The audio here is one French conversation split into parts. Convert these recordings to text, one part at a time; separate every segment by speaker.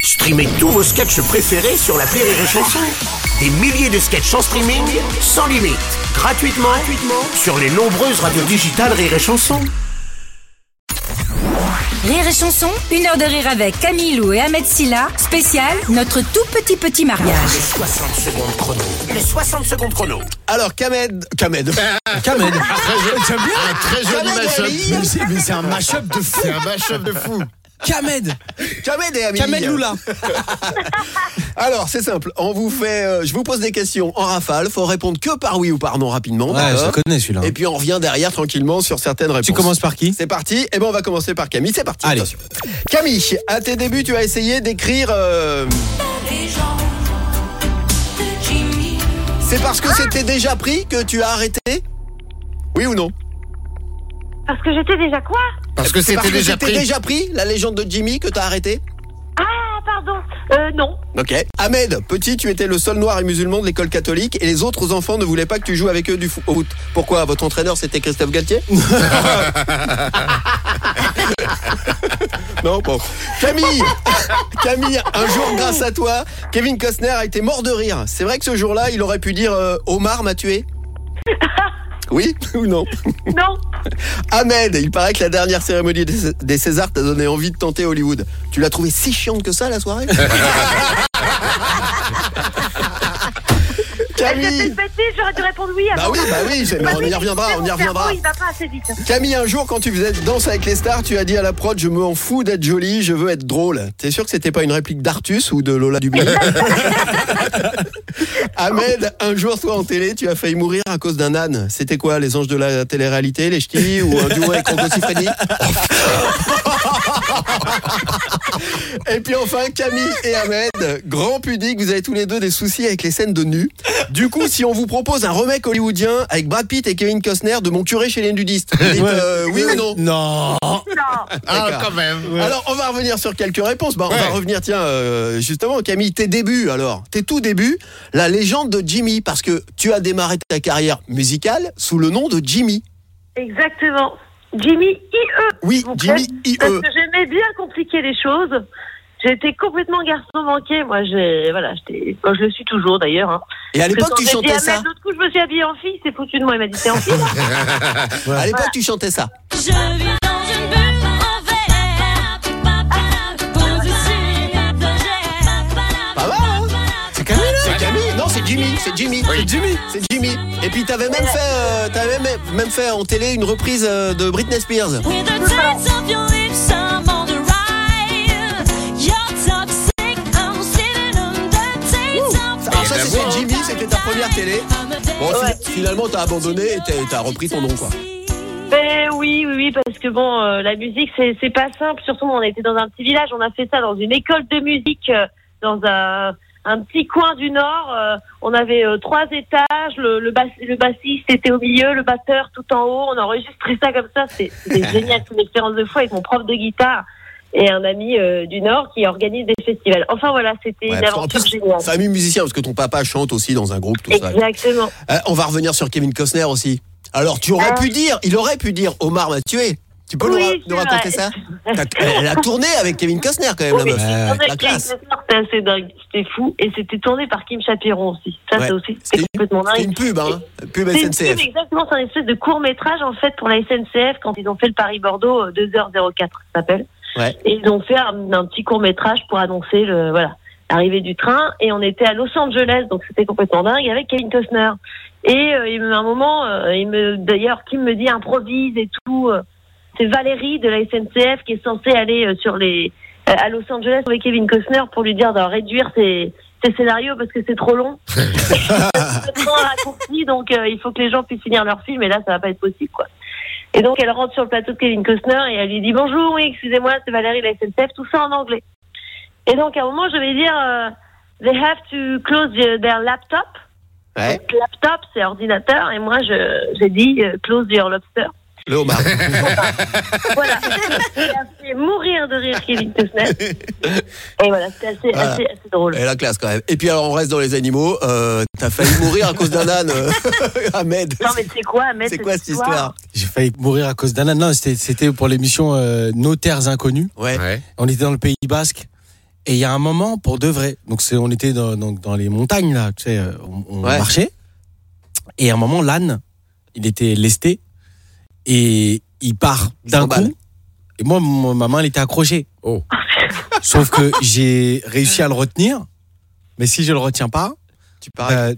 Speaker 1: Streamez tous vos sketchs préférés sur la Rire et Chanson. Des milliers de sketchs en streaming, sans limite, gratuitement, gratuitement sur les nombreuses radios digitales Rire et Chanson.
Speaker 2: Rire et chanson, une heure de rire avec Camille Lou et Ahmed Silla, spécial, notre tout petit petit mariage.
Speaker 1: Les 60 secondes chrono. Les 60 secondes chrono.
Speaker 3: Alors, Kamed. Kamed. Kamed. J'aime bien.
Speaker 4: Un Ah, très joli
Speaker 3: Kamed et
Speaker 4: mashup.
Speaker 3: Amélie. Mais c'est- Mais c'est un mashup de fou.
Speaker 4: C'est un mashup de fou.
Speaker 3: Kamed. Kamed et Amélie.
Speaker 5: Kamed Loula.
Speaker 3: Alors, c'est simple. On vous fait. euh, je vous pose des questions en rafale. Faut répondre que par oui ou par non rapidement.
Speaker 5: Ouais, je
Speaker 3: d'accord
Speaker 5: le connais celui-là.
Speaker 3: Et puis on revient derrière tranquillement sur certaines réponses.
Speaker 5: Tu commences par qui
Speaker 3: C'est parti. Et ben on va commencer par Camille. C'est parti.
Speaker 5: Allez.
Speaker 3: Attention. Camille, à tes débuts, tu as essayé d'écrire. euh, C'est parce que c'était déjà pris que tu as arrêté Oui ou non
Speaker 6: Parce que j'étais déjà quoi
Speaker 4: Parce que
Speaker 3: Parce
Speaker 4: c'était
Speaker 3: que
Speaker 4: déjà
Speaker 3: c'était
Speaker 4: pris.
Speaker 3: déjà pris, la légende de Jimmy que t'as arrêté
Speaker 6: Ah, pardon. Euh, non.
Speaker 3: Ok. Ahmed, petit, tu étais le seul noir et musulman de l'école catholique et les autres enfants ne voulaient pas que tu joues avec eux du fo- au foot. Pourquoi Votre entraîneur, c'était Christophe Galtier Non, bon. Camille, Camille, un jour, grâce à toi, Kevin Costner a été mort de rire. C'est vrai que ce jour-là, il aurait pu dire euh, Omar m'a tué Oui ou non
Speaker 6: Non.
Speaker 3: Ahmed, il paraît que la dernière cérémonie des Cé- des Césars t'a donné envie de tenter Hollywood. Tu l'as trouvé si chiante que ça la soirée
Speaker 6: J'ai fait
Speaker 3: Camille
Speaker 6: une bêtise, j'aurais dû répondre oui.
Speaker 3: Bah
Speaker 6: avant.
Speaker 3: oui, bah oui, c'est- mais
Speaker 6: Bah
Speaker 3: on
Speaker 6: oui,
Speaker 3: y reviendra,
Speaker 6: c'est
Speaker 3: on
Speaker 6: mon
Speaker 3: y reviendra.
Speaker 6: cerveau, Il va pas assez vite.
Speaker 3: Camille, un jour, quand tu faisais Danse avec les stars, tu as dit à la prod Je me en fous d'être jolie, je veux être drôle. T'es sûr que c'était pas une réplique d'Artus ou de Lola Dubini Ahmed, un jour, toi en télé, tu as failli mourir à cause d'un âne. C'était quoi Les anges de la télé-réalité, les ch'tis ou un duo avec Rocco Siffredi Et puis enfin, Camille et Ahmed, grand pudique, vous avez tous les deux des soucis avec les scènes de nu. Du coup, si on vous propose un remake hollywoodien avec Brad Pitt et Kevin Costner de Mon curé chez les nudistes, vous dites, euh, oui ou non
Speaker 5: Non.
Speaker 6: Non.
Speaker 4: Ah,
Speaker 3: D'accord.
Speaker 4: quand même.
Speaker 3: Alors, on va revenir sur quelques réponses. Bah, on
Speaker 4: Ouais.
Speaker 3: va revenir, tiens, euh, justement, Camille, tes débuts alors. Tes tout débuts, la légende de Jimmy, parce que tu as démarré ta carrière musicale sous le nom de Jimmy.
Speaker 6: Exactement. Jimmy IE.
Speaker 3: Oui,
Speaker 6: s'il vous plaît.
Speaker 3: Jimmy E. IE.
Speaker 6: Parce que j'aimais bien compliquer les choses. J'étais complètement garçon manqué. Moi, j'ai, voilà, j'étais, bon, je le suis toujours d'ailleurs. Hein.
Speaker 3: Et à
Speaker 6: Parce
Speaker 3: l'époque,
Speaker 6: que
Speaker 3: tu
Speaker 6: quand j'ai dit
Speaker 3: chantais ça.
Speaker 6: à Ahmed, L'autre coup, je me suis habillée en fille. C'est foutu de moi. Il m'a dit, t'es en fille.
Speaker 3: À l'époque, tu chantais ça.
Speaker 7: Je vis dans une bulle en verre, papa, position passagère.
Speaker 3: Pas mal, hein C'est Camille, C'est Camille Non, c'est Jimmy, c'est Jimmy.
Speaker 4: Oui.
Speaker 3: C'est Jimmy. C'est Jimmy. Et puis, t'avais même fait, euh, t'avais même, même fait en télé une reprise euh, de Britney Spears.
Speaker 7: With the taste of your lips, I'm on the ride. You're toxic, I'm sitting on the taste of
Speaker 3: Alors, Ah,
Speaker 6: bah
Speaker 3: ça,
Speaker 4: la
Speaker 3: c'était
Speaker 4: voix, hein.
Speaker 3: Jimmy, c'était ta première télé. Bon, fi- finalement, t'as abandonné et t'as- t'as repris ton nom, quoi.
Speaker 6: Ben oui, oui, oui, parce que bon, euh, la musique, c'est c'est pas simple. Surtout, on était dans un petit village, on a fait ça dans une école de musique, euh, dans un, un petit coin du nord. euh, on avait euh, trois étages, le, le, bass- le bassiste était au milieu, le batteur tout en haut. On a enregistré ça comme ça, c'est- c'était génial. C'est une expérience de fou avec mon prof de guitare et un ami euh, du nord qui organise des festivals. Enfin voilà, c'était
Speaker 3: Ouais,
Speaker 6: une
Speaker 3: parce qu'en
Speaker 6: aventure
Speaker 3: plus,
Speaker 6: géniale.
Speaker 3: Famille musicien, parce que ton papa chante aussi dans un groupe, tout ça.
Speaker 6: Exactement.
Speaker 3: Euh, on va revenir sur Kevin Costner aussi. Alors, tu aurais
Speaker 6: Ah.
Speaker 3: pu dire, il aurait pu dire Omar m'a tué. Tu peux nous
Speaker 6: Oui,
Speaker 3: ra-
Speaker 6: c'est
Speaker 3: nous raconter
Speaker 6: vrai.
Speaker 3: ça T'as- Elle a tourné avec Kevin Costner quand même, la
Speaker 6: Oui,
Speaker 3: meuf.
Speaker 6: c'est vrai
Speaker 3: la
Speaker 6: que
Speaker 3: classe.
Speaker 6: Kate Winslet, C'était assez dingue, c'était fou. Et c'était tourné par Kim Chapiron aussi. Ça,
Speaker 3: Ouais.
Speaker 6: c'est aussi
Speaker 3: C'était
Speaker 6: c'était
Speaker 3: une,
Speaker 6: complètement
Speaker 3: c'était
Speaker 6: dingue.
Speaker 3: une pub, hein. Pub
Speaker 6: C'est une
Speaker 3: SNCF.
Speaker 6: pub, exactement, c'est un espèce de court métrage en fait pour la SNCF quand ils ont fait le Paris-Bordeaux euh, 2h04, ça s'appelle.
Speaker 3: Ouais.
Speaker 6: Et ils ont fait un, un petit court métrage pour annoncer le voilà l'arrivée du train. Et on était à Los Angeles, donc c'était complètement dingue avec Kevin Costner. Et euh, il me- à un moment, euh, il me d'ailleurs Kim me dit improvise et tout. euh, c'est Valérie de la SNCF qui est censée aller euh, sur les euh, à Los Angeles avec Kevin Costner pour lui dire de réduire ses, ses scénarios parce que c'est trop long.
Speaker 3: Ah.
Speaker 6: Le temps est raccourci, donc euh, il faut que les gens puissent finir leur film et là ça va pas être possible quoi. Et donc elle rentre sur le plateau de Kevin Costner et elle lui dit bonjour, oui excusez-moi, c'est Valérie de la SNCF, tout ça en anglais. Et donc à un moment je vais dire euh, they have to close the- their laptop.
Speaker 3: Ouais.
Speaker 6: Donc, laptop c'est ordinateur et moi je j'ai dit euh, close your lobster.
Speaker 3: Le Omar.
Speaker 6: Voilà. Il a fait mourir de rire Kevin Costner. Et voilà, c'était assez,
Speaker 3: Voilà. Euh,
Speaker 6: assez, assez drôle.
Speaker 3: Et la classe quand même. Et puis alors on reste dans les animaux. Euh, T'as failli mourir à cause d'un âne, euh, Ahmed.
Speaker 6: Non, mais c'est quoi, Ahmed
Speaker 3: C'est quoi cette histoire
Speaker 5: J'ai failli mourir à cause d'un âne. Non, c'était- c'était pour l'émission euh, Nos Terres Inconnues.
Speaker 3: Ouais.
Speaker 4: Ouais.
Speaker 5: On était dans le Pays Basque.
Speaker 4: Et il y a un moment pour de vrai. Donc c'est, on était dans, donc dans les montagnes là, tu sais, euh, on, on
Speaker 3: Ouais.
Speaker 4: marchait. Et à un moment, l'âne, il était lesté et il part d'un
Speaker 3: S'emballe.
Speaker 4: coup. Et moi, mon- ma main, elle était accrochée.
Speaker 5: Oh.
Speaker 4: Sauf que j'ai réussi à le retenir. Mais si je le retiens pas,
Speaker 3: Tu parles.
Speaker 4: bah,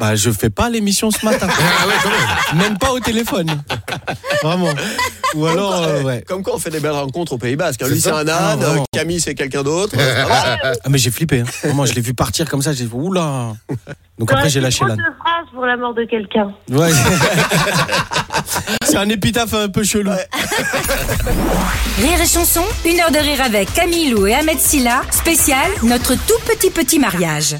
Speaker 4: bah, je fais pas l'émission ce matin.
Speaker 5: Ah ouais, quand même.
Speaker 4: Même pas au téléphone. Vraiment. Ou alors, euh, ouais.
Speaker 3: Comme quoi, on fait des belles rencontres au Pays Basque. hein.
Speaker 5: C'est
Speaker 3: Lui, c'est
Speaker 5: ça.
Speaker 3: un
Speaker 4: Ah,
Speaker 3: âne,
Speaker 4: vraiment.
Speaker 3: euh, Camille, c'est quelqu'un d'autre. euh, c'est pas mal.
Speaker 4: Ah, mais j'ai flippé. hein. Vraiment, je l'ai vu partir comme ça. J'ai dit, oula. Donc
Speaker 6: Ça aurait
Speaker 4: après, j'ai
Speaker 6: été
Speaker 4: lâché
Speaker 6: trop
Speaker 4: l'âne.
Speaker 6: de phrases pour la mort de quelqu'un.
Speaker 4: Ouais. C'est un épitaphe un peu chelou.
Speaker 2: Rire et chanson, une heure de rire avec Camille Lou et Ahmed Silla, spécial notre tout petit petit mariage.